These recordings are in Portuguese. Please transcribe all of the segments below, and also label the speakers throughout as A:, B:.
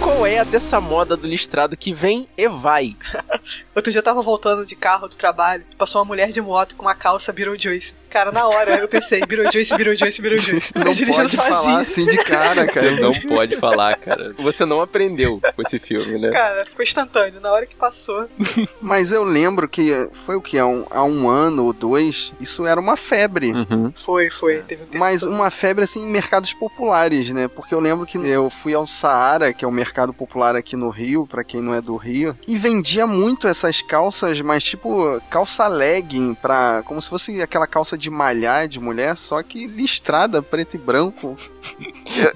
A: qual é a dessa moda do listrado que vem e vai?
B: Outro dia eu tava voltando de carro do trabalho, passou uma mulher de moto com uma calça Beetlejuice. Cara, na hora eu pensei, Beetlejuice, Beetlejuice, Beetlejuice.
C: Não
B: eu dirigindo
C: pode falar
B: sozinho.
C: assim de cara, cara.
A: Você não pode falar, cara. Você não aprendeu com esse filme, né?
B: Cara, ficou instantâneo. Na hora que passou,
C: Mas eu lembro que foi o que? Há um, há um ano ou dois, isso era uma febre.
A: Uhum.
B: foi, foi. Teve um tempo.
C: Mas uma febre assim em mercados populares, né? Porque eu lembro que eu fui ao Saara, que é um mercado popular aqui no Rio, pra quem não é do Rio, e vendia muito essas calças, mas tipo calça legging pra como se fosse aquela calça de malhar de mulher, só que listrada, preto e branco.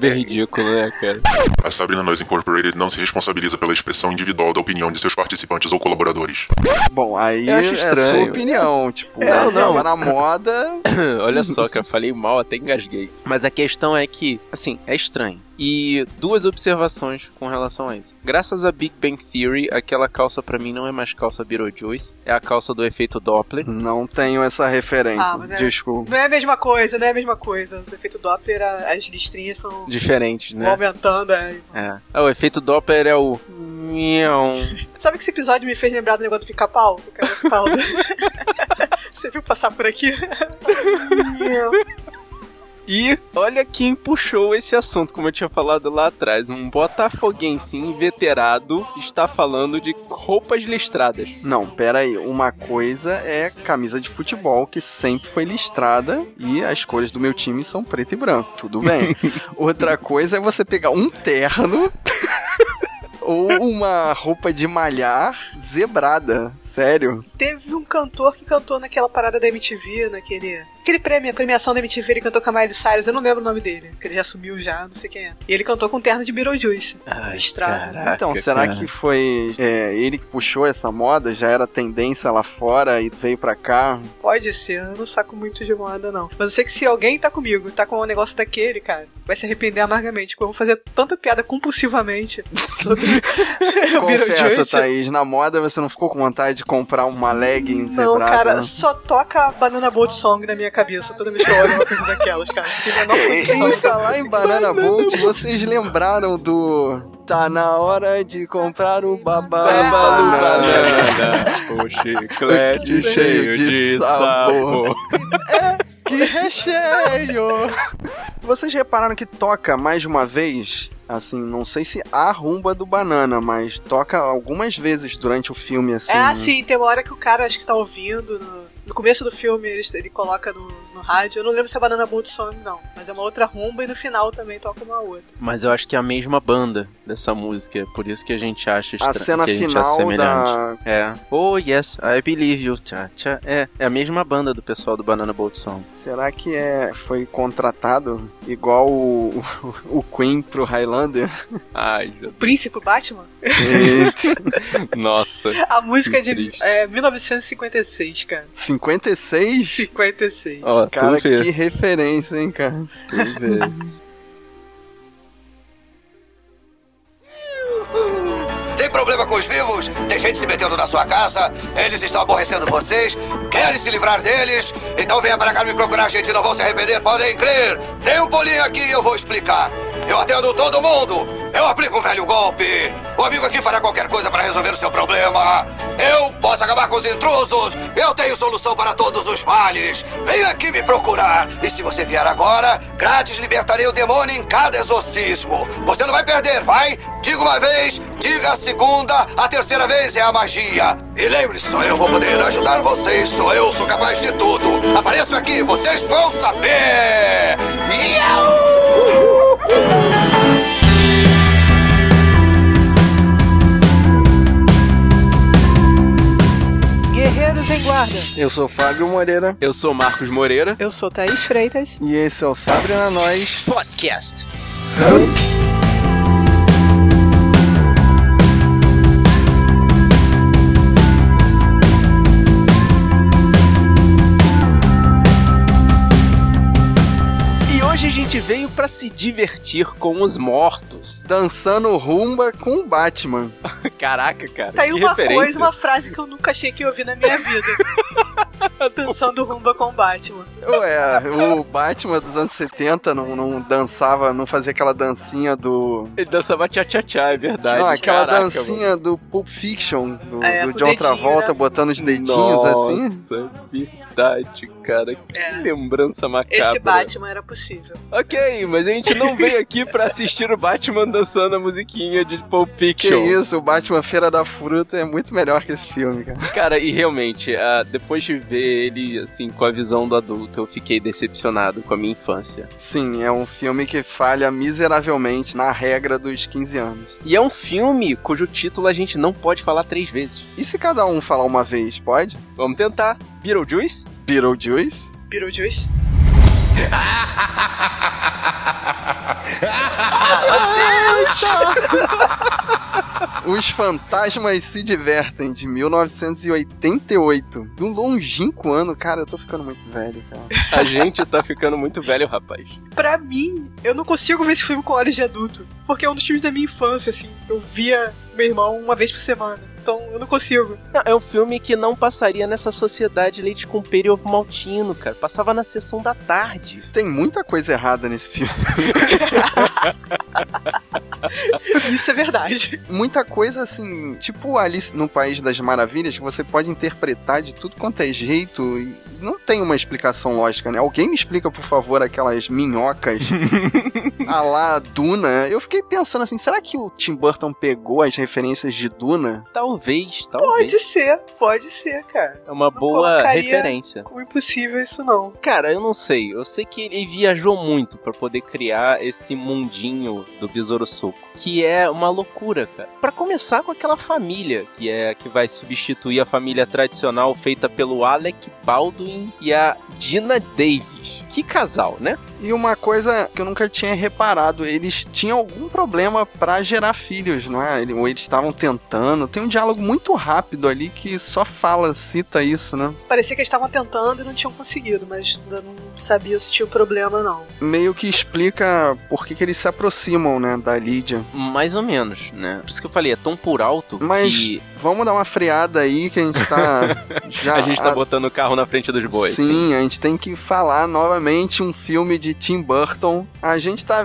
A: Bem ridículo, né, cara?
D: A Sabrina Nós Incorporated não se responsabiliza pela expressão individual da opinião de seus participantes ou colaboradores.
C: Bom, aí
A: Eu acho
C: é sua
A: estranho.
C: opinião, tipo,
A: É, não.
C: tava na moda,
A: Olha só, cara, falei mal, até engasguei. Mas a questão é que, assim, é estranho. E duas observações com relação a isso. Graças a Big Bang Theory, aquela calça pra mim não é mais calça Beetlejuice, é a calça do efeito Doppler.
C: não tenho essa referência.
B: Ah, mas é-
C: Desculpa.
B: Não é a mesma coisa, não é a mesma coisa. No efeito Doppler, a- as listrinhas são
A: Diferente,
B: vão
A: né?
B: aumentando. é.
A: É. Ah, o efeito Doppler é o. Miau.
B: Sabe que esse episódio me fez lembrar do negócio do pica-pau? Do cara do pau. Você viu passar por aqui?
A: E olha quem puxou esse assunto, como eu tinha falado lá atrás. Um botafoguense inveterado está falando de roupas listradas.
C: Não, pera aí. Uma coisa é camisa de futebol que sempre foi listrada e as cores do meu time são preto e branco. Tudo bem. Outra coisa é você pegar um terno ou uma roupa de malhar zebrada. Sério?
B: Teve um cantor que cantou naquela parada da MTV, naquele. Aquele prêmio, a premiação da MTV, ele cantou com a Miley Cyrus, eu não lembro o nome dele, porque ele já sumiu já, não sei quem é. E ele cantou com um terno de Beetlejuice.
A: Ai,
B: Listrado.
C: então, será que foi é, ele que puxou essa moda? Já era tendência lá fora e veio pra cá?
B: Pode ser, eu não saco muito de moda, não. Mas eu sei que se alguém tá comigo e tá com um negócio daquele, cara, vai se arrepender amargamente, porque eu vou fazer tanta piada compulsivamente sobre
C: Confessa, tá Thaís, na moda você não ficou com vontade de comprar uma legging
B: Não,
C: zebrada?
B: cara,
C: né?
B: só toca Banana Boat Song na minha cabeça toda vez que eu olho uma coisa daquelas, cara. Não Tem a menor condição
C: Sem
B: de falar
C: falar em Banana Boat, vocês lembraram do. Tá na hora de comprar o babá.
A: Ah,
B: Babalu,
A: o chiclete
C: cheio de sabor. Que recheio! Vocês repararam que toca mais de uma vez? Assim, não sei se a rumba do banana, mas toca algumas vezes durante o filme, assim.
B: Ah,
A: né?
B: sim, tem uma hora que o cara acho que tá ouvindo. No, no começo do filme ele, ele coloca no, no rádio. Eu não lembro se é Banana Boat Song, não. Mas é uma outra rumba e no final também toca uma outra.
A: Mas eu acho que é a mesma banda dessa música, é por isso que a gente acha estranho.
C: A cena
A: que a gente acha
C: final
A: semelhante.
C: da.
A: É. Oh, yes, I believe you. Tcha, tcha. É, é a mesma banda do pessoal do Banana Boat Song.
C: Será que é foi contratado igual o, o Queen pro Highlander?
A: Ai,
B: O Príncipe Batman?
A: nossa.
B: A música é
A: Que
B: de
A: triste.
B: é, 1956, cara.
C: 56?
B: 56.
A: Ó,
C: Cara,
A: tudo
C: que
A: que...
C: referência, hein, cara.
E: Tem problema com os vivos? Tem gente se metendo na sua casa? Eles estão aborrecendo vocês? Querem se livrar deles? Então venha para cá me procurar, gente. Não vão se arrepender, podem crer. Dê um pulinho aqui e eu vou explicar. Eu atendo todo mundo. Eu aplico um velho golpe. O amigo aqui fará qualquer coisa para resolver o seu problema. Eu posso acabar com os intrusos. Eu tenho solução para todos os males. Venha aqui me procurar. E se você vier agora, grátis libertarei o demônio em cada exorcismo. Você não vai perder, vai? Diga uma vez, diga a segunda, a terceira vez é a magia. E lembre-se, só eu vou poder ajudar vocês. Só eu sou capaz de tudo. Apareço aqui, vocês vão saber. Iau!
B: Guerreiros em Guarda.
C: Eu sou Fábio Moreira
A: Eu sou Marcos Moreira.
B: Eu sou Thaís Freitas.
C: e esse é o Sabrina Nós.
A: Podcast. E hoje a gente veio pra se divertir com os mortos.
C: Dançando rumba com o Batman.
A: Caraca, cara.
B: Tá aí
A: que
B: uma
A: referência.
B: coisa, uma frase que eu nunca achei que eu ouvi na minha vida. Dançando rumba com o Batman.
C: Ué, é, o Batman dos anos 70 não, não dançava, não fazia aquela dancinha do.
A: Ele dançava tchá-tchá-tchá, é verdade.
C: não, aquela
A: Caraca,
C: dancinha do Pulp Fiction, do,
B: É,
C: do
B: com o
C: John
B: dedinho,
C: Travolta,
B: né?
C: botando os
A: mano.
C: dedinhos assim.
A: Nossa, é verdade, cara. Que
B: É.
A: lembrança macabra.
B: Esse Batman era possível.
A: Ok, mas a gente não veio aqui pra assistir o Batman dançando a musiquinha de Pulp
C: Que
A: Fiction.
C: isso, o Batman Feira da Fruta é muito melhor que esse filme, cara.
A: Cara, e realmente, ah, depois de ver ele, assim, com a visão do adulto, eu fiquei decepcionado com a minha infância.
C: Sim, é um filme que falha miseravelmente na regra dos 15 anos.
A: E é um filme cujo título a gente não pode falar três vezes.
C: E se cada um falar uma vez, pode?
A: Vamos tentar. Beetlejuice?
C: Beetlejuice?
B: Beetlejuice?
C: Os Fantasmas Se Divertem, de 1988. Do um longínquo ano, cara, eu tô ficando muito velho, cara.
A: A gente tá ficando muito velho, rapaz.
B: Pra mim, eu não consigo ver esse filme com olhos de adulto. Porque é um dos filmes da minha infância, assim. Eu via meu irmão uma vez por semana. Então eu não consigo.
A: Não, é um filme que não passaria nessa sociedade leite com pera e ovo maltino, cara. Passava na sessão da tarde.
C: Tem muita coisa errada nesse filme.
B: Isso é verdade.
C: Muita coisa assim, tipo Alice no País das Maravilhas, que você pode interpretar de tudo quanto é jeito e não tem uma explicação lógica, né? Alguém me explica, por favor, aquelas minhocas a lá Duna. Eu fiquei pensando assim, será que o Tim Burton pegou as referências de Duna?
A: Talvez, talvez.
B: Pode ser, pode ser, cara.
A: É uma
B: Não
A: boa
B: colocaria-
A: referência.
B: Como é impossível isso não.
A: Cara, eu não sei. Eu sei que ele viajou muito pra poder criar esse mundinho do Besouro Soco, que é uma loucura, cara. Pra começar com aquela família, que é que vai substituir a família tradicional feita pelo Alec Baldwin e a Dina Davis. Que casal, né?
C: E uma coisa que eu nunca tinha reparado, eles tinham algum problema pra gerar filhos, não é? Ele- Ou eles estavam tentando. Tem um diálogo muito rápido ali que só fala, cita isso, né?
B: Parecia que eles estavam tentando e não tinham conseguido, mas ainda não sabia se tinha um problema, não.
C: meio que explica por que, que eles se aproximam, né, da Lídia.
A: Mais ou menos, né? Por isso que eu falei, é tão por alto
C: Mas-
A: que
C: Vamos dar uma freada aí que a gente tá já
A: a gente tá botando o carro na frente dos bois.
C: Sim, a gente tem que falar novamente um filme de Tim Burton. A gente tá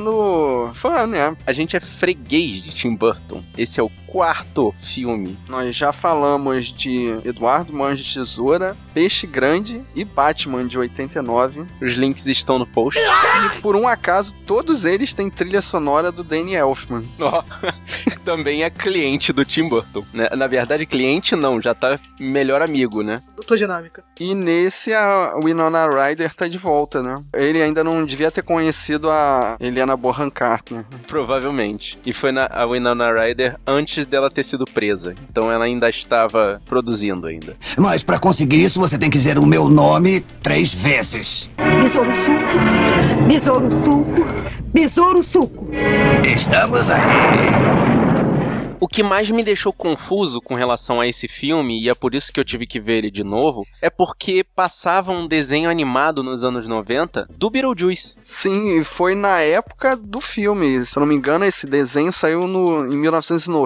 C: virando fã, né?
A: A gente é freguês de Tim Burton. Esse é o quarto filme.
C: Nós já falamos de Eduardo Mãos de Tesoura, Peixe Grande e Batman de 89.
A: Os links estão no post.
C: E por um acaso, todos eles têm trilha sonora do Danny Elfman.
A: Ó, também é cliente do Tim Burton. né? Na verdade, cliente não, já tá melhor amigo, né?
B: Dupla dinâmica.
C: E nesse a Winona Ryder tá de volta, né? Ele ainda não devia ter conhecido a Helena Bonham Carter.
A: Provavelmente. E foi na a Winona Ryder antes dela ter sido presa. Então ela ainda estava produzindo ainda.
E: Mas para conseguir isso, você tem que dizer o meu nome três vezes.
F: Besouro suco. Besouro suco. Besouro suco.
E: Estamos aqui.
A: O que mais me deixou confuso com relação a esse filme, e é por isso que eu tive que ver ele de novo, é porque passava um desenho animado nos anos 90 do Beetlejuice.
C: Sim, e foi na época do filme. Se eu não me engano, esse desenho saiu no, em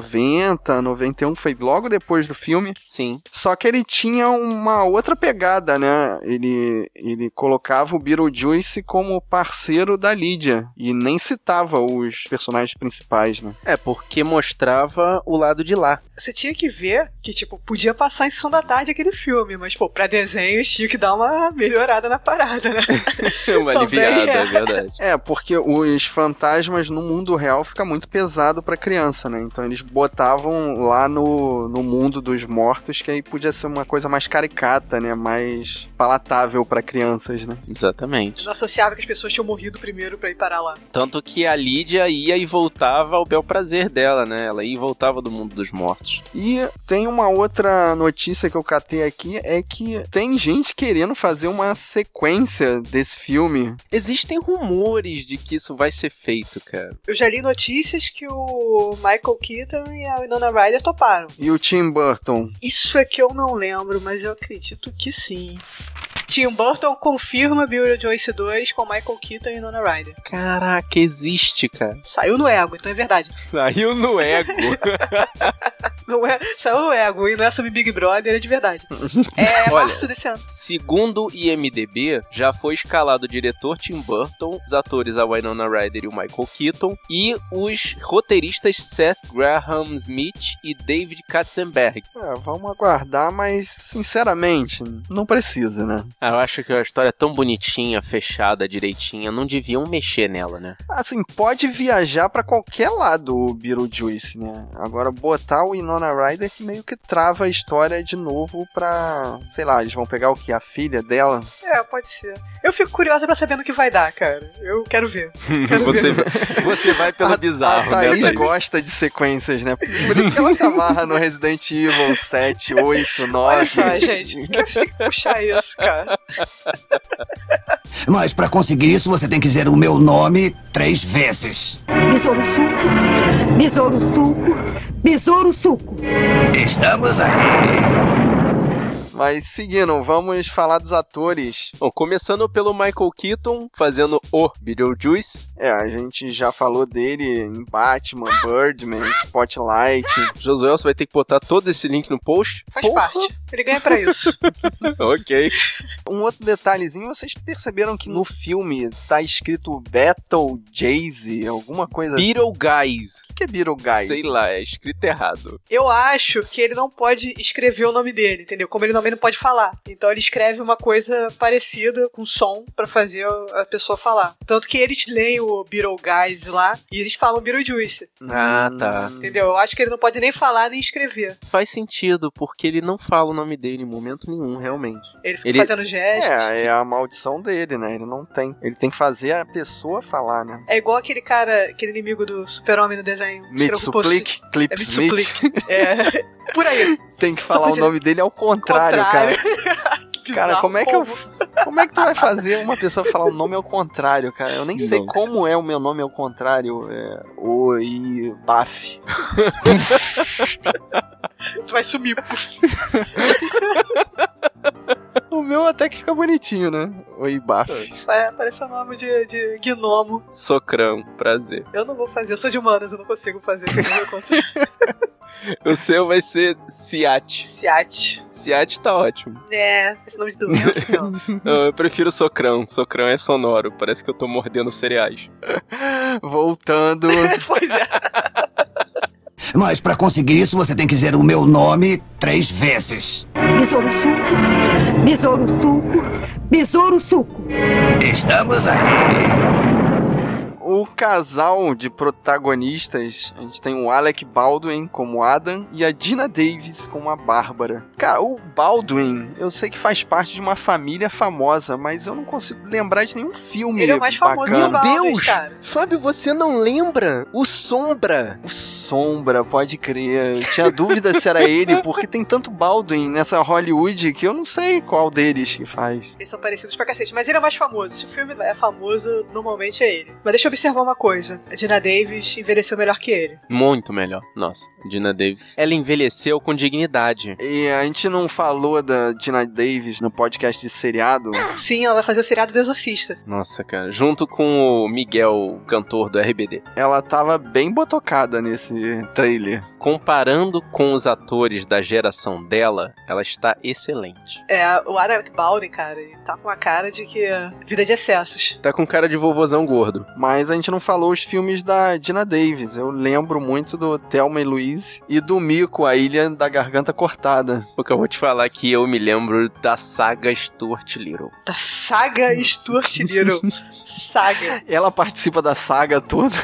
C: 1990, 91, foi logo depois do filme.
A: Sim.
C: Só que ele tinha uma outra pegada, né? Ele, ele colocava o Beetlejuice como parceiro da Lídia. E nem citava os personagens principais, né?
A: É porque mostrava o lado de lá.
B: Você tinha que ver que, tipo, podia passar em sessão da tarde aquele filme, mas, pô, pra desenhos tinha que dar uma melhorada na parada, né?
A: Uma
B: Também
A: aliviada,
B: é.
A: é verdade.
C: É, porque os fantasmas no mundo real fica muito pesado pra criança, né? Então eles botavam lá no, no mundo dos mortos, que aí podia ser uma coisa mais caricata, né? Mais palatável pra crianças, né?
A: Exatamente.
B: Não associava que as pessoas tinham morrido primeiro pra ir parar lá.
A: Tanto que a Lídia ia e voltava ao bel prazer dela, né? Ela ia e voltava do mundo dos mortos.
C: E tem uma outra notícia que eu catei aqui, é que tem gente querendo fazer uma sequência desse filme.
A: Existem rumores de que isso vai ser feito, cara.
B: Eu já li notícias que o Michael Keaton e a Winona Ryder toparam.
C: E o Tim Burton
B: Isso é que eu não lembro, mas eu acredito que sim. Tim Burton confirma Billy Joyce 2 com Michael Keaton e Nona Ryder.
A: Caraca, existe, cara.
B: Saiu no ego, então é verdade.
A: Saiu no ego.
B: Não é, saiu no ego e não é sobre Big Brother, é de verdade. É
A: Olha.
B: março desse ano.
A: Segundo o IMDB, já foi escalado o diretor Tim Burton, os atores a Winona Ryder e o Michael Keaton, e os roteiristas Seth Graham Smith e David Katzenberg.
C: É, vamos aguardar, mas sinceramente, não precisa, né?
A: Ah, eu acho que a história é tão bonitinha, fechada, direitinha, não deviam mexer nela, né?
C: Assim, pode viajar pra qualquer lado o Beetlejuice, né? Agora botar o Inona Ryder que meio que trava a história de novo pra. Sei lá, eles vão pegar o que? A filha dela?
B: É, pode ser. Eu fico curiosa pra saber no que vai dar, cara. Eu quero ver. Quero
A: Você, você vai pelo bizarro,
C: a Thaís
A: né? Thaís?
C: gosta de sequências, né? Por isso que ela se amarra no Resident Evil 7, 8, 9.
B: Olha só, gente. Por que você tem que puxar isso, cara?
E: Mas para conseguir isso, você tem que dizer o meu nome três vezes.
F: Besouro suco. Besouro suco. Besouro suco.
E: Estamos aqui.
C: Mas seguindo, vamos falar dos atores.
A: Bom, começando pelo Michael Keaton, fazendo o Beetlejuice,
C: É, a gente já falou dele em Batman, Birdman, Spotlight.
A: Josuel, você vai ter que botar todos esse link no post.
B: Faz parte. Ele ganha pra isso.
A: ok.
C: Um outro detalhezinho, vocês perceberam que no filme tá escrito Battle Jay-Z, alguma coisa assim.
A: Beetle Guys.
C: O que é Beetle Guy?
A: Sei lá, é escrito errado.
B: Eu acho que ele não pode escrever o nome dele, entendeu? Como ele também não pode falar. Então ele escreve uma coisa parecida com som pra fazer a pessoa falar. Tanto que eles leem o Beetle Guys lá e eles falam Beetlejuice,
C: Hum.
A: Ah, tá.
C: Uhum.
B: entendeu? Eu acho que ele não pode nem falar nem escrever.
A: Faz sentido, porque ele não fala o nome dele em momento nenhum, realmente.
B: Ele fica
A: Ele-
B: fazendo gestos.
C: É, é a maldição dele, né? Ele não tem. Ele tem que fazer a pessoa falar, né?
B: É igual aquele cara, aquele inimigo do super-homem no desenho.
C: Mitsuplique, Clip
B: É
C: Smith.
B: Mitsuplique. É. Por aí.
C: Tem que
B: Só
C: falar
B: podia-
C: o nome dele ao contrário,
B: Contrário.
C: cara.
B: Que
C: Cara,
B: bizarro.
C: como é que eu- Como é que tu vai fazer uma pessoa falar o nome ao contrário, cara? Eu nem sei
A: Não.
C: como é o meu nome ao contrário. É... O e Baf.
B: Tu vai sumir.
C: O meu até que fica bonitinho, né? O e Baf.
B: É, parece o nome de, de gnomo.
A: Socrão, prazer.
B: Eu não vou fazer, eu sou de humanas, eu não consigo fazer.
A: O seu vai ser Ciate.
B: Ciate.
A: Ciate tá ótimo.
B: É, esse nome de doença, sei lá.
A: Não, eu prefiro Socrão. Socrão é sonoro. Parece que eu tô mordendo cereais.
C: Voltando.
B: Pois é.
E: Mas para conseguir isso, você tem que dizer o meu nome três vezes.
F: Besouro suco. Besouro suco. Besouro suco.
E: Estamos aqui.
C: o casal de protagonistas, a gente tem o Alec Baldwin como Adam e a Dina Davis como a Bárbara. Cara, o Baldwin, eu sei que faz parte de uma família famosa, mas eu não consigo lembrar de nenhum filme
B: Ele é o mais famoso
C: bacana.
B: do Baldwin, cara.
A: Fábio, você não lembra? O Sombra.
C: O Sombra, pode crer. Eu tinha dúvida se era ele, porque tem tanto Baldwin nessa Hollywood que eu não sei qual deles que faz.
B: Eles são parecidos pra cacete, mas ele é o mais famoso. Se o filme é famoso, normalmente é ele. Mas deixa eu observar uma coisa: a Dina Davis envelheceu melhor que ele.
A: Muito melhor. Nossa, Dina Davis. Ela envelheceu com dignidade.
C: E a gente não falou da Dina Davis no podcast de seriado.
B: Sim, ela vai fazer o seriado do Exorcista.
A: Nossa, cara. Junto com o Miguel, o cantor do RBD.
C: Ela tava bem botocada nesse trailer.
A: Comparando com os atores da geração dela, ela está excelente.
B: É, o Alec Baldwin, cara, ele tá com uma cara de que. é Vida de excessos.
A: Tá com cara de vovozão gordo.
C: Mas a gente não falou os filmes da Dina Davis. Eu lembro muito do Thelma e Louise e do Mico, a Ilha da Garganta Cortada.
A: Porque eu vou te falar é que eu me lembro da saga Stuart Little.
B: Da saga Stuart Little. saga.
C: Ela participa da saga toda.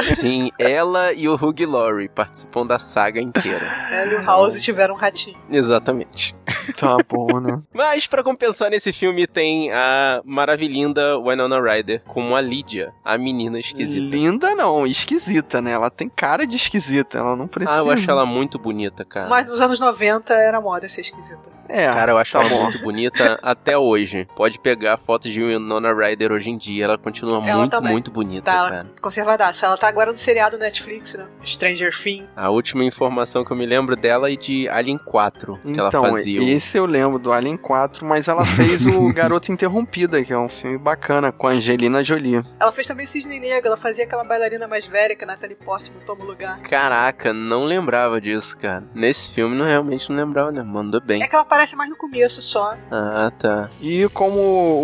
A: Sim, ela e o Hugh Laurie participam da saga inteira.
B: Ela e o House tiveram um ratinho.
A: Exatamente.
C: Tá bom, né?
A: Mas pra compensar nesse filme tem a maravilhinda Winona Ryder como a Lydia, a menina esquisita.
C: Linda não, esquisita, né? Ela tem cara de esquisita, ela não precisa.
A: Ah, eu acho ela muito bonita, cara.
B: Mas nos anos 90 era moda ser esquisita.
C: É.
A: Cara, eu acho
C: tá
A: ela
C: bom.
A: muito bonita até hoje. Pode pegar fotos de Winona Ryder hoje em dia, ela continua
B: Ela
A: muito,
B: também.
A: muito bonita,
B: Tá,
A: cara.
B: conservadaça. Ela tá agora no seriado Netflix, né? Stranger Things.
A: A última informação que eu me lembro dela é de Alien 4, que ela
C: Então,
A: fazia. o-
C: esse eu lembro do Alien 4, mas ela fez o Garota Interrompida, que é um filme bacana, com a Angelina Jolie.
B: Ela fez também Cisne Negro, ela fazia aquela bailarina mais velha que a Natalie Portman toma o lugar.
A: Caraca, não lembrava disso, cara. Nesse filme, não, realmente não lembrava, né? Mandou bem.
B: É que ela aparece mais no começo só.
A: Ah, tá.
C: E como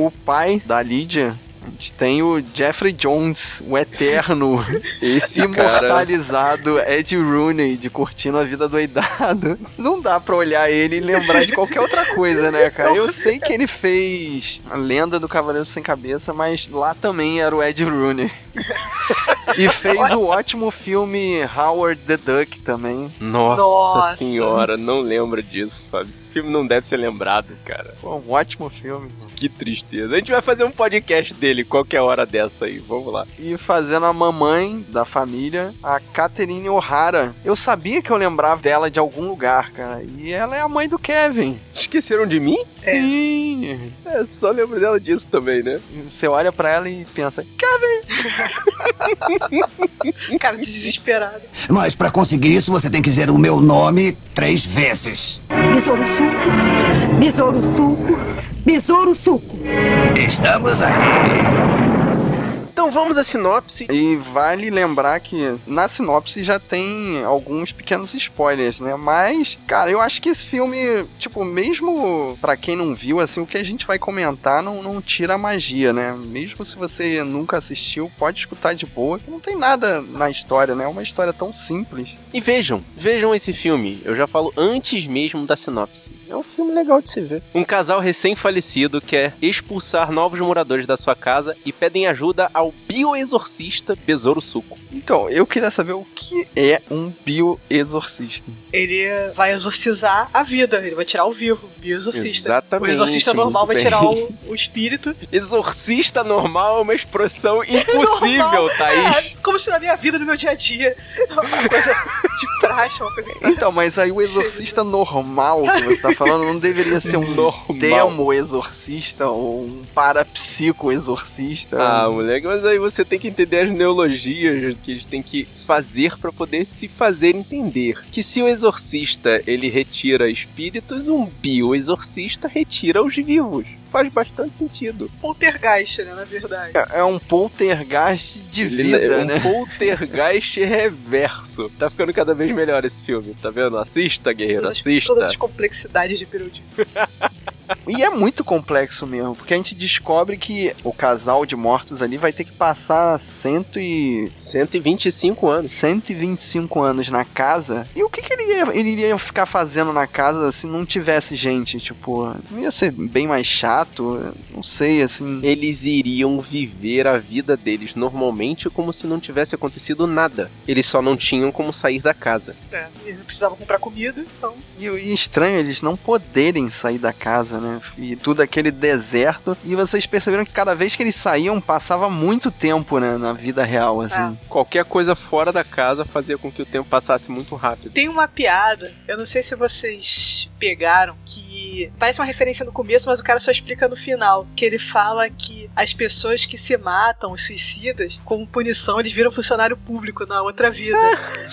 C: o pai da Lydia, a gente tem o Jeffrey Jones, o eterno,
A: Esse
C: imortalizado Ed Rooney, de Curtindo a Vida Doidado. Não dá pra olhar ele e lembrar de qualquer outra coisa, né, cara? Eu sei que ele fez a Lenda do Cavaleiro Sem Cabeça, mas lá também era o Ed Rooney. E fez o ótimo filme Howard the Duck também.
A: Nossa,
B: Nossa.
A: senhora, não lembra disso, Fábio. Esse filme não deve ser lembrado, cara.
C: Pô, um ótimo filme.
A: Que tristeza. A gente vai fazer um podcast dele qualquer hora dessa aí. Vamos lá.
C: E fazendo a mamãe da família, a Catherine O'Hara. Eu sabia que eu lembrava dela de algum lugar, cara. E ela é a mãe do Kevin.
A: Esqueceram de mim?
B: É.
C: Sim.
A: É, só lembro dela disso também, né?
C: Você olha pra ela e pensa,
B: Cara, desesperada.
E: Mas para conseguir isso, você tem que dizer o meu nome três vezes.
F: Besouro suco. Besouro suco. Besouro suco.
E: Estamos aqui.
A: Então vamos à sinopse.
C: E vale lembrar que na sinopse já tem alguns pequenos spoilers, né? Mas, cara, eu acho que esse filme, tipo, mesmo pra quem não viu, assim, o que a gente vai comentar não, não tira a magia, né? Mesmo se você nunca assistiu, pode escutar de boa. Não tem nada na história, né? É uma história tão simples.
A: E vejam, vejam esse filme. Eu já falo antes mesmo da sinopse. É um filme legal de se ver. Um casal recém-falecido quer expulsar novos moradores da sua casa e pedem ajuda ao bioexorcista Besouro Suco.
C: Então, eu queria saber o que é um bioexorcista.
B: Ele vai exorcizar a vida, ele vai tirar o vivo, o exorcista.
A: Exatamente,
B: O exorcista
A: muito
B: normal vai
A: bem.
B: tirar o, o espírito.
A: Exorcista normal é uma expressão impossível, Thaís.
B: É, como se na minha vida, no meu dia a dia, uma coisa de praxe, uma coisa que.
C: Então, mas aí o exorcista normal que você tá falando não deveria ser um
A: Normal.
C: demo exorcista ou um parapsico
B: É.
C: exorcista.
A: Ah, moleque, mas aí você tem que entender as neologias que eles têm que fazer pra poder se fazer entender. Que se o exorcista ele retira espíritos, um bioexorcista retira os vivos. Faz bastante sentido.
B: um Poltergeist, né, na verdade.
C: é um poltergeist de
A: ele é
C: vida,
A: um
C: né?
A: poltergeist reverso. Tá ficando cada vez melhor esse filme, tá vendo? Assista, guerreiro,
B: Todas as, todas
A: assista.
B: as complexidades de Beetlejuice.
C: E é muito complexo mesmo, porque a gente descobre que o casal de mortos ali vai ter que passar cento e...
A: 125 anos.
C: 125 anos na casa. E o que, que ele, ia, ele iria ficar fazendo na casa se não tivesse gente? Tipo, não ia ser bem mais chato? Não sei, assim.
A: eles iriam viver a vida deles normalmente como se não tivesse acontecido nada. Eles só não tinham como sair da casa.
B: É, e não precisava comprar comida, então.
C: E, e estranho eles não poderem sair da casa, né? E tudo aquele deserto. E vocês perceberam que cada vez que eles saíam, passava muito tempo, né? Na vida real, assim.
A: Qualquer coisa fora da casa fazia com que o tempo passasse muito rápido.
B: Tem uma piada, eu não sei se vocês pegaram, que parece uma referência no começo, mas o cara só explica no final. Que ele fala que as pessoas que se matam, os suicidas, como punição, eles viram funcionário público na outra vida.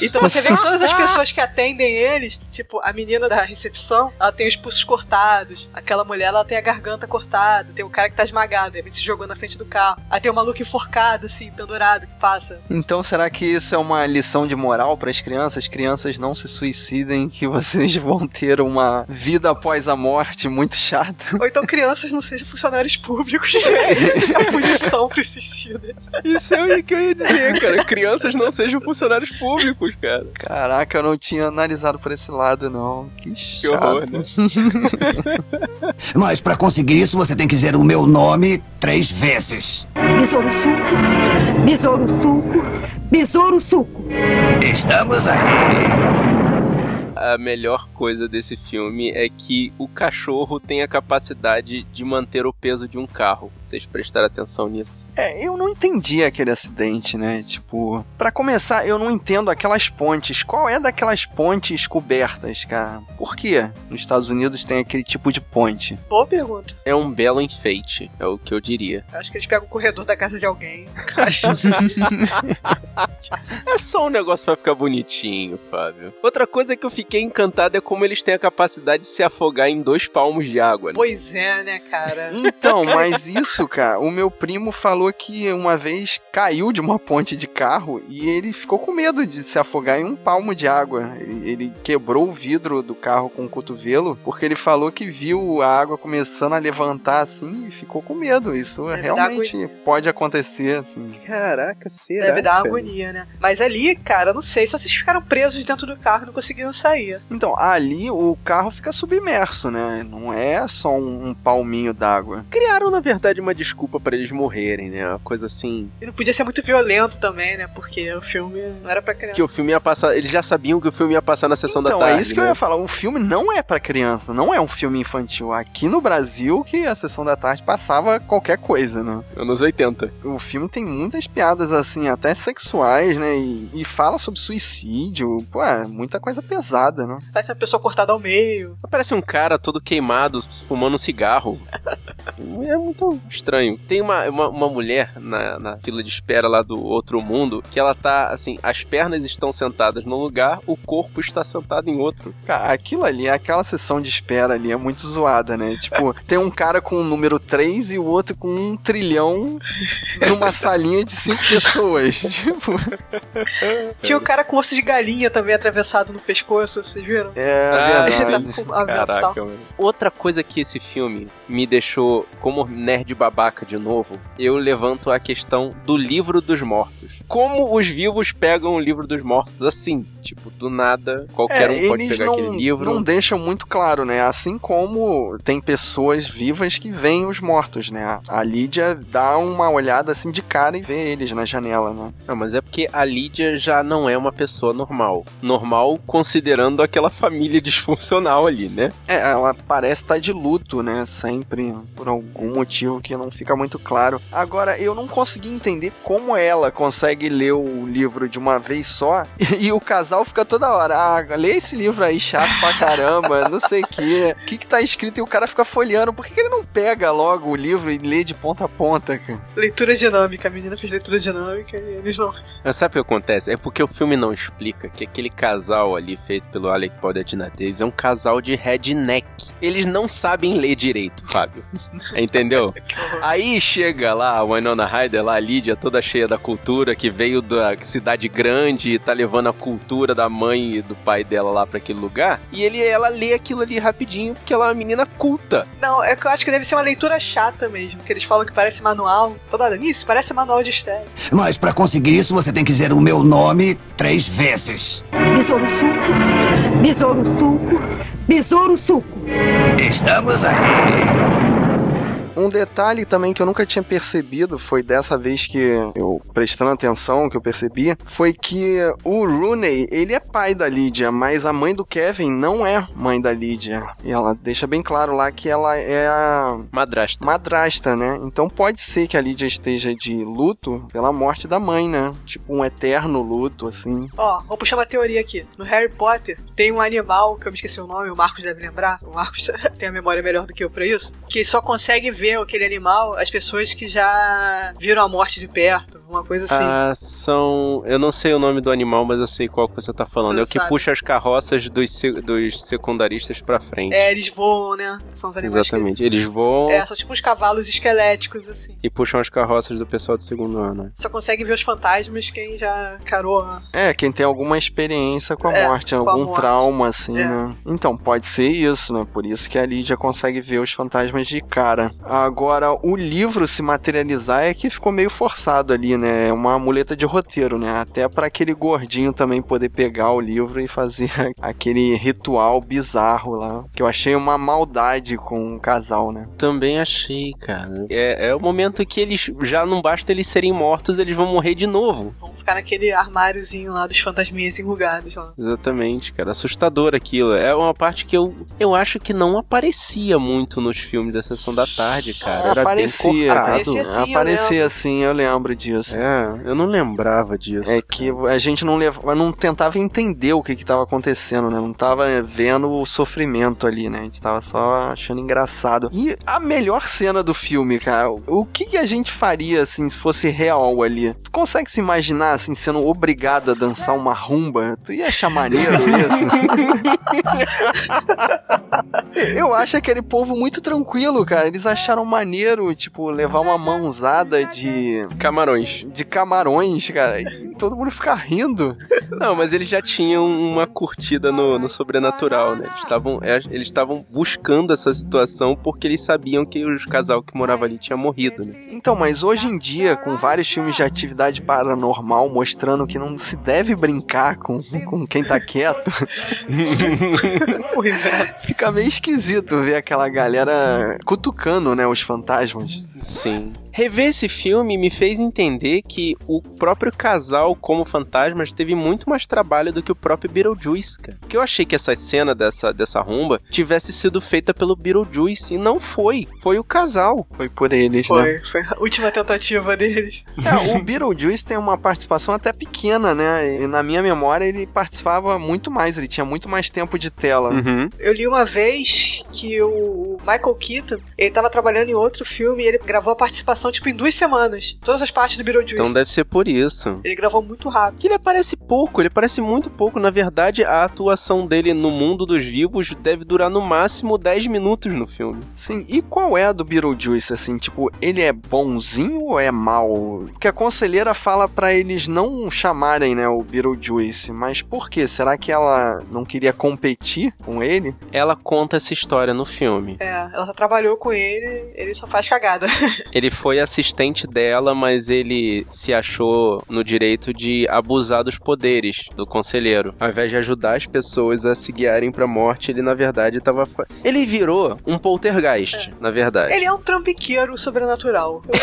B: Então você vê que todas as pessoas que atendem eles, tipo, a menina da recepção, ela tem os pulsos cortados, aquela mulher, ela tem a garganta cortada, tem o cara que tá esmagado, ele se jogou na frente do carro. Aí tem o maluco enforcado, assim, pendurado, que passa.
C: Então, será que isso é uma lição de moral para as crianças? Crianças não se suicidem, que vocês vão ter uma vida após a morte muito chata.
B: Ou então crianças não sejam funcionários públicos. Isso é a punição pro suicida.
A: Isso é o que eu ia dizer, cara. Crianças não sejam funcionários públicos, cara.
C: Caraca, eu não tinha analisado por esse lado, não. Que chato.
A: Que horror, né?
E: Mas para conseguir isso, você tem que dizer o meu nome três vezes.
F: Besouro suco. Besouro suco. Besouro suco.
E: Estamos aqui.
A: a melhor coisa desse filme é que o cachorro tem a capacidade de manter o peso de um carro. Vocês prestaram atenção nisso?
C: É, eu não entendi aquele acidente, né? Tipo, pra começar, eu não entendo aquelas pontes. Qual é daquelas pontes cobertas, cara? Por que nos Estados Unidos tem aquele tipo de ponte?
B: Boa pergunta.
A: É um belo enfeite, é o que eu diria.
B: Acho que eles pegam o corredor da casa de alguém. Acho-
A: É só um negócio pra ficar bonitinho, Fábio. Outra coisa que eu fiquei encantado é como eles têm a capacidade de se afogar em dois palmos de água. né?
B: pois é, né, cara?
C: Então, mas isso, cara, o meu primo falou que uma vez caiu de uma ponte de carro e ele ficou com medo de se afogar em um palmo de água. Ele, ele quebrou o vidro do carro com o cotovelo porque ele falou que viu a água começando a levantar assim e ficou com medo. Isso
B: Deve dar
C: realmente pode acontecer, assim.
A: Caraca, será? é?
B: Deve dar uma
A: cara?
B: agonia, né? Mas ali, cara, eu não sei. Só vocês ficaram presos dentro do carro e não conseguiram sair.
C: Então, ali o carro fica submerso, né? Não é só um, um palminho d'água.
A: Criaram, na verdade, uma desculpa pra eles morrerem, né? Uma coisa assim.
B: E não podia ser muito violento também, né? Porque o filme não era pra criança.
A: Que o filme ia passar. Eles já sabiam que o filme ia passar na sessão
C: então,
A: da tarde.
C: é isso que
A: né?
C: eu ia falar. O filme não é pra criança, não é um filme infantil. Aqui no Brasil, que a sessão da tarde passava qualquer coisa, né?
A: Anos 80.
C: O filme tem muitas piadas, assim, até sexuais, né? E, e fala sobre suicídio. Pô, é muita coisa pesada, né?
B: Parece uma pessoa cortada ao meio.
A: Parece um cara todo queimado, fumando um cigarro. É muito estranho. Tem uma, uma, uma mulher na, na fila de espera lá do outro mundo que ela tá assim: as pernas estão sentadas num lugar, o corpo está sentado em outro.
C: Cara, aquilo ali, aquela sessão de espera ali é muito zoada, né? Tipo, tem um cara com o número 3 e o outro com um trilhão numa salinha de cinco pessoas. Tipo,
B: Tinha o cara com osso de galinha também atravessado no pescoço, vocês viram?
C: é
A: Ah,
B: Ele
C: verdade.
B: tava com a
C: Tá.
B: mental.
A: Caraca, mano. Outra coisa que esse filme me deixou como nerd babaca de novo, eu levanto a questão do livro dos mortos. Como os vivos pegam o livro dos mortos assim? Tipo, do nada, qualquer um pode pegar aquele livro.
C: É, não deixam muito claro, né? Assim como tem pessoas vivas que veem os mortos, né? A Lídia dá uma olhada assim de cara e vê eles na janela, né?
A: Não, mas é porque a Lídia já não é uma pessoa normal. Normal considerando aquela família disfuncional ali, né?
C: É, ela parece estar de luto, né? Sempre, por algum motivo que não fica muito claro. Agora, eu não consegui entender como ela consegue ler o livro de uma vez só e, o casal fica toda hora, ah, lê esse livro aí chato pra caramba, não sei o que. O que que tá escrito e o cara fica folheando. Por que, que ele não pega logo o livro e lê de ponta a ponta, cara?
B: Leitura dinâmica, a menina fez leitura dinâmica e eles não.
A: Mas sabe o que acontece? É porque o filme não explica que aquele casal ali feito pelo Alec Baldwin e a Tina Davis é um casal de redneck. Eles não sabem ler direito, Fábio. Entendeu? Aí chega lá a Winona Ryder, lá a Lídia, toda cheia da cultura, que veio da cidade grande e tá levando a cultura da mãe e do pai dela lá pra aquele lugar. E ele, ela lê aquilo ali rapidinho, porque ela é uma menina culta.
B: Não, é que eu acho que deve ser uma leitura chata mesmo, que eles falam que parece manual. Toda hora, nisso, parece manual de estéreo.
E: Mas para conseguir isso, você tem que dizer o meu nome três vezes.
F: Besouro suco. Besouro suco. Besouro suco.
E: Estamos aqui.
C: Um detalhe também que eu nunca tinha percebido, foi dessa vez que eu prestando atenção, que eu percebi, foi que o Rooney, ele é pai da Lídia, mas a mãe do Kevin não é mãe da Lídia. E ela deixa bem claro lá que ela é a
A: Madrasta.
C: madrasta, né? Então pode ser que a Lídia esteja de luto pela morte da mãe, né? Tipo um eterno luto, assim.
B: Ó, vou puxar uma teoria aqui. No Harry Potter tem um animal, que eu me esqueci o nome, o Marcos deve lembrar. O Marcos tem a memória melhor do que eu pra isso. Que só consegue ver aquele animal as pessoas que já viram a morte de perto, uma coisa assim.
A: Ah, são. Eu não sei o nome do animal, mas eu sei qual que você tá falando.
B: Você
A: é o que
B: sabe.
A: puxa as carroças dos, se- dos secundaristas pra frente.
B: É, eles voam, né? São os animais
A: Exatamente. Eles voam
B: que. É, são tipo uns cavalos esqueléticos, assim.
A: e puxam as carroças do pessoal do segundo ano.
B: Só consegue ver os fantasmas quem já carou a
C: É, quem tem alguma experiência com a
B: É, com
C: morte,
B: a
C: algum
B: morte.
C: trauma, assim,
B: É.
C: né? Então, pode ser isso, né? Por isso que a Lídia consegue ver os fantasmas de cara. Agora, o livro se materializar é que ficou meio forçado ali, né? É Uma muleta de roteiro, né? Até para aquele gordinho também poder pegar o livro e fazer aquele ritual bizarro lá. Que eu achei uma maldade com o casal, né?
A: Também achei, cara. É, é o momento que eles. Já não basta eles serem mortos, eles vão morrer de novo.
B: Vamos ficar naquele armáriozinho lá dos fantasminhas enrugados lá.
A: Exatamente, cara. Assustador aquilo. É uma parte que eu, eu acho que não aparecia muito nos filmes da Sessão da Tarde,
B: É,
A: cara. Era bem
C: aparecia,
A: cortado.
B: Aparecia Ah, sim, eu
C: aparecia sim, assim, eu lembro disso.
A: É, eu não lembrava disso.
C: É que a gente não leva, não tentava entender o que que tava acontecendo, né? Não tava vendo o sofrimento ali, né? A gente tava só achando engraçado. E a melhor cena do filme, cara, o que que a gente faria, assim, se fosse real ali? Tu consegue se imaginar, assim, sendo obrigado a dançar uma rumba? Tu ia achar maneiro isso? Eu acho aquele povo muito tranquilo, cara. Eles acharam maneiro, tipo, levar uma mãozada de...
A: Camarões.
C: De camarões, cara, e todo mundo ficar rindo.
A: Não, mas eles já tinham uma curtida no, no sobrenatural, né? Eles estavam é, eles estavam buscando essa situação porque eles sabiam que o casal que morava ali tinha morrido, né?
C: Então, mas hoje em dia, com vários filmes de atividade paranormal mostrando que não se deve brincar com, com quem tá quieto,
B: Pois é.
C: fica meio esquisito ver aquela galera cutucando, né, os fantasmas.
A: Sim. Rever esse filme me fez entender que o próprio casal como fantasmas teve muito mais trabalho do que o próprio Beetlejuice, cara. Porque eu achei que essa cena dessa, dessa rumba tivesse sido feita pelo Beetlejuice e não foi. Foi o casal.
C: Foi por eles, né?
B: Foi, foi a última tentativa deles.
C: É, o Beetlejuice tem uma participação até pequena, né? E na minha memória ele participava muito mais, ele tinha muito mais tempo de tela. né?
A: Uhum.
B: Eu li uma vez que o Michael Keaton, ele tava trabalhando em outro filme e ele gravou a participação, tipo, em duas semanas. Todas as partes do Beetlejuice.
A: Então deve ser por isso.
B: Ele gravou muito rápido.
A: Que ele aparece pouco, ele aparece muito pouco. Na verdade, a atuação dele no mundo dos vivos deve durar no máximo 10 minutos no filme.
C: Sim, e qual é a do Beetlejuice, assim? Tipo, ele é bonzinho ou é mal? Que a conselheira fala pra eles não chamarem, né, o Beetlejuice. Mas por quê? Será que ela não queria competir com ele?
A: Ela conta essa história no filme.
B: É, ela só trabalhou com ele, ele só faz cagada.
A: Ele foi assistente dela, mas ele se achou no direito de abusar dos poderes do conselheiro. Ao invés de ajudar as pessoas a se guiarem pra morte, ele na verdade tava. fa- Ele virou um poltergeist, na verdade.
B: Ele é um trambiqueiro sobrenatural. Eu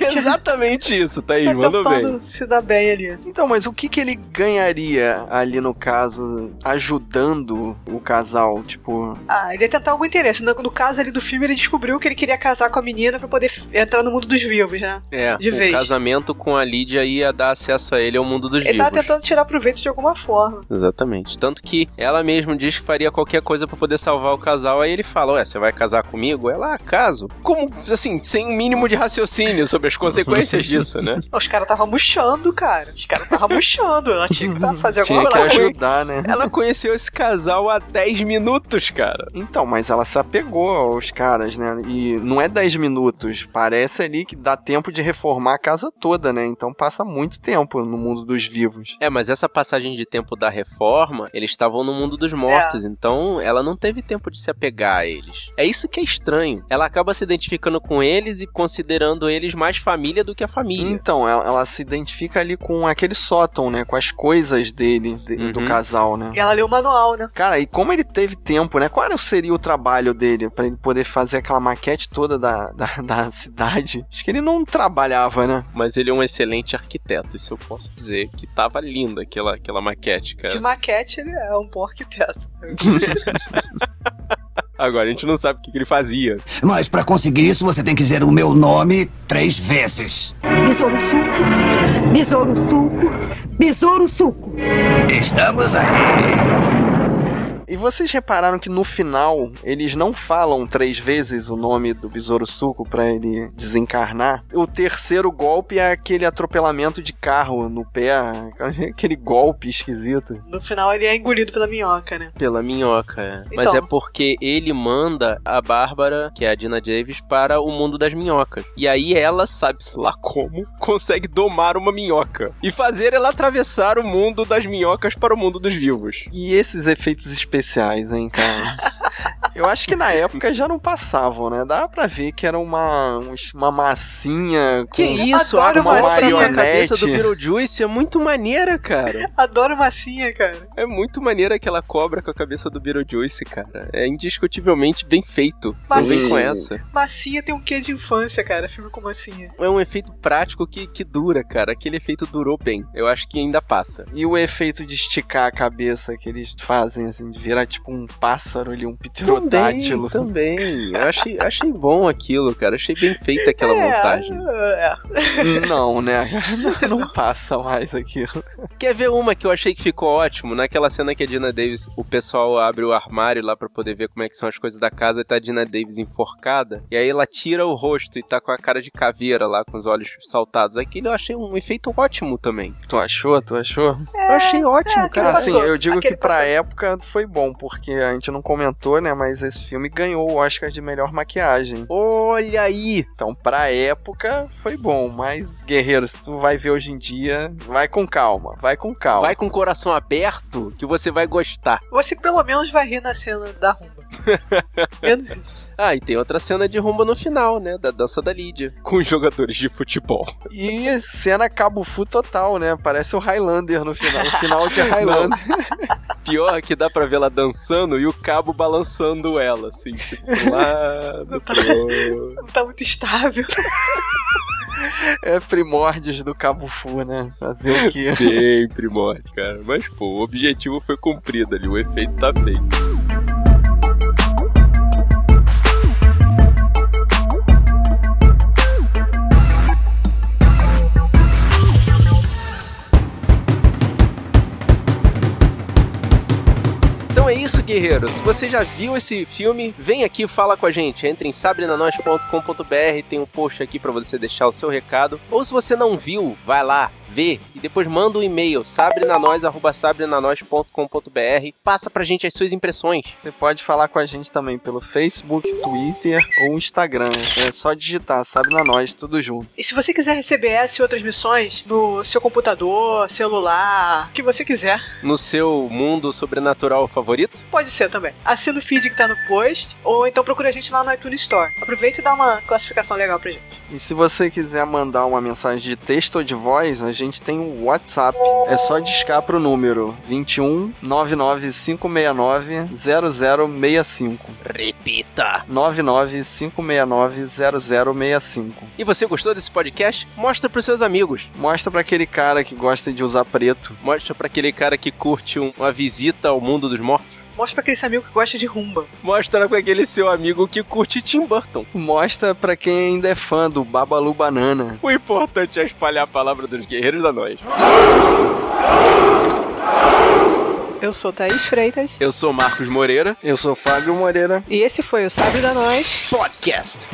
A: É Exatamente isso, Thaís,
B: tá
A: mandou bem.
B: tentando se dar bem ali.
C: Então, mas o que, que ele ganharia ali no caso, ajudando o casal? Tipo,
B: Ah, ele ia tentar algum interesse. No, no caso ali do filme, ele descobriu que ele queria casar com a menina pra poder f- entrar no mundo dos vivos, né?
A: É,
B: De
A: o
B: vez.
A: casamento com a Lídia ia dar acesso a ele ao mundo dos
B: Ele
A: vivos.
B: tava tentando tirar proveito de alguma forma.
A: Exatamente. Tanto que ela mesmo diz que faria qualquer coisa pra poder salvar o casal. Aí ele fala: Ué, você vai casar comigo? Ela, ah, caso. Como, assim, sem o mínimo de raciocínio sobre as consequências disso, né?
B: Os caras tava murchando, cara. Os caras tava murchando. Ela tinha que tá- fazer
C: tinha
B: alguma
C: que
B: coisa.
C: ajudar, né?
A: Ela conheceu esse casal há 10 minutos, cara.
C: Então, mas ela se apegou aos caras, né? E não é 10 minutos. Parece ali que dá tempo de reformar a casa toda, né? Então passa muito tempo no mundo dos vivos.
A: É, mas essa passagem de tempo da reforma, eles estavam no mundo dos mortos, então ela não teve tempo de se apegar a eles. É isso que é estranho. Ela acaba se identificando com eles e considerando eles mais família do que a família.
C: Então, ela, ela se identifica ali com aquele sótão, né? Com as coisas dele, de- do
A: Uhum.
C: casal, né?
B: E ela leu o manual, né?
C: Cara, e como ele teve tempo, né? Qual era- seria o trabalho dele pra ele poder fazer aquela maquete toda da, da, da cidade? Acho que ele não trabalhava, né?
A: Mas ele é um excelente arquiteto, isso eu posso dizer. Que tava linda aquela, aquela maquete,
C: É.
B: De
A: cara.
B: maquete, ele é um bom arquiteto.
A: Agora, a gente não sabe o que, que ele fazia.
E: Mas para conseguir isso, você tem que dizer o meu nome três vezes.
F: Besouro suco. Besouro suco. Besouro suco.
E: Estamos aqui.
C: E vocês repararam que no final eles não falam três vezes o nome do Besouro Suco pra ele desencarnar? O terceiro golpe é aquele atropelamento de carro no pé, aquele golpe esquisito.
B: No final, ele é engolido pela minhoca, né?
A: Pela minhoca, é.
B: Então.
A: Mas é porque ele manda a Bárbara, que é a Dina Davis, para o mundo das minhocas. E aí ela, sabe-se lá como, consegue domar uma minhoca. E fazer ela atravessar o mundo das minhocas para o mundo dos vivos.
C: E esses efeitos especiais, hein, cara? Eu acho que na época já não passavam, né? Dava pra ver que era uma, uns- uma massinha
A: Que
C: com
A: isso?
B: Adoro
A: Água macia na
B: marionete.
A: cabeça do Beetlejuice é muito maneira, cara.
B: Adoro massinha, cara.
A: É muito maneira aquela cobra com a cabeça do Beetlejuice, cara. É indiscutivelmente bem feito. Não vem com
B: Macia.
A: essa.
B: Massinha tem um quê de infância, cara. Filme com massinha.
A: É um efeito prático que, que dura, cara. Aquele efeito durou bem. Eu acho que ainda passa.
C: E o efeito de esticar a cabeça que eles fazem, assim, de virar tipo um pássaro ali, um pterodátilo.
A: Também, também. Eu achei, achei bom aquilo, cara. Achei bem feita aquela
B: é,
A: montagem.
B: É.
C: Não, né? Não, não passa mais aquilo.
A: Quer ver uma que eu achei que ficou ótimo? Naquela cena que a Dina Davis, o pessoal abre o armário lá pra poder ver como é que são as coisas da casa e tá a Dina Davis enforcada. E aí ela tira o rosto e tá com a cara de caveira lá, com os olhos saltados. Aquilo eu achei um efeito ótimo também.
C: Tu achou? Tu achou?
A: eu achei ótimo,
B: é, aquele
A: cara.
C: Cara, assim,
B: passou.
C: eu digo
B: Aquele
C: que pra
B: passou.
C: época foi bom, porque a gente não comentou, né? Mas esse filme ganhou o Oscar de melhor maquiagem.
A: Olha aí!
C: Então, pra época, foi bom. Mas, guerreiro, se tu vai ver hoje em dia, vai com calma. Vai com calma.
A: Assim, Vai com o coração aberto que você vai gostar.
B: Você pelo menos vai rir na cena da rumba. menos isso.
A: Ah, e tem outra cena de rumba no final, né? Da dança da Lídia. Com os jogadores de futebol.
C: E cena Cabo Fu total, né? Parece o Highlander no final. O final de Highlander.
A: Pior é que dá pra ver ela dançando e o cabo balançando ela, assim, tipo, pro lado, pro...
B: Não tá muito estável.
C: é primórdios do Cabo Fu, né? Fazer o quê?
A: Bem primórdio, cara. Mas, pô, o objetivo foi cumprido ali, o efeito tá feito. Então é isso, guerreiros. Se você já viu esse filme, vem aqui fala com a gente. Entre em sabrenanois.com.br, tem um post aqui pra você deixar o seu recado. Ou se você não viu, vai lá, vê e depois manda um e-mail sabrenanois@sabrenanois.com.br. Passa pra gente as suas impressões.
C: Você pode falar com a gente também pelo Facebook, Twitter ou Instagram. É só digitar, sabe na nós, tudo junto.
B: E se você quiser receber essa e outras missões no seu computador, celular, o que você quiser,
A: No seu mundo sobrenatural favorito?
B: pode ser também. Assina o feed que tá no post, ou então procura a gente lá no iTunes Store. Aproveita e dá uma classificação legal pra gente.
C: E se você quiser mandar uma mensagem de texto ou de voz, a gente tem o WhatsApp. É só discar pro número 21 99569 0065.
A: Repita.
C: 99569 0065.
A: E você gostou desse podcast? Mostra pros seus amigos.
C: Mostra pra aquele cara que gosta de usar preto.
A: Mostra pra aquele cara que curte um- uma visita ao mundo dos mortos.
B: Mostra pra aquele seu amigo que gosta de rumba.
A: Mostra pra aquele seu amigo que curte Tim Burton.
C: Mostra pra quem ainda é fã do Babalu Banana.
A: O importante é espalhar a palavra dos guerreiros da noite.
B: Eu sou Thaís Freitas,
A: Eu sou Marcos Moreira.
C: Eu sou Fábio Moreira.
B: e esse foi o Sábio da Nós.
A: Podcast.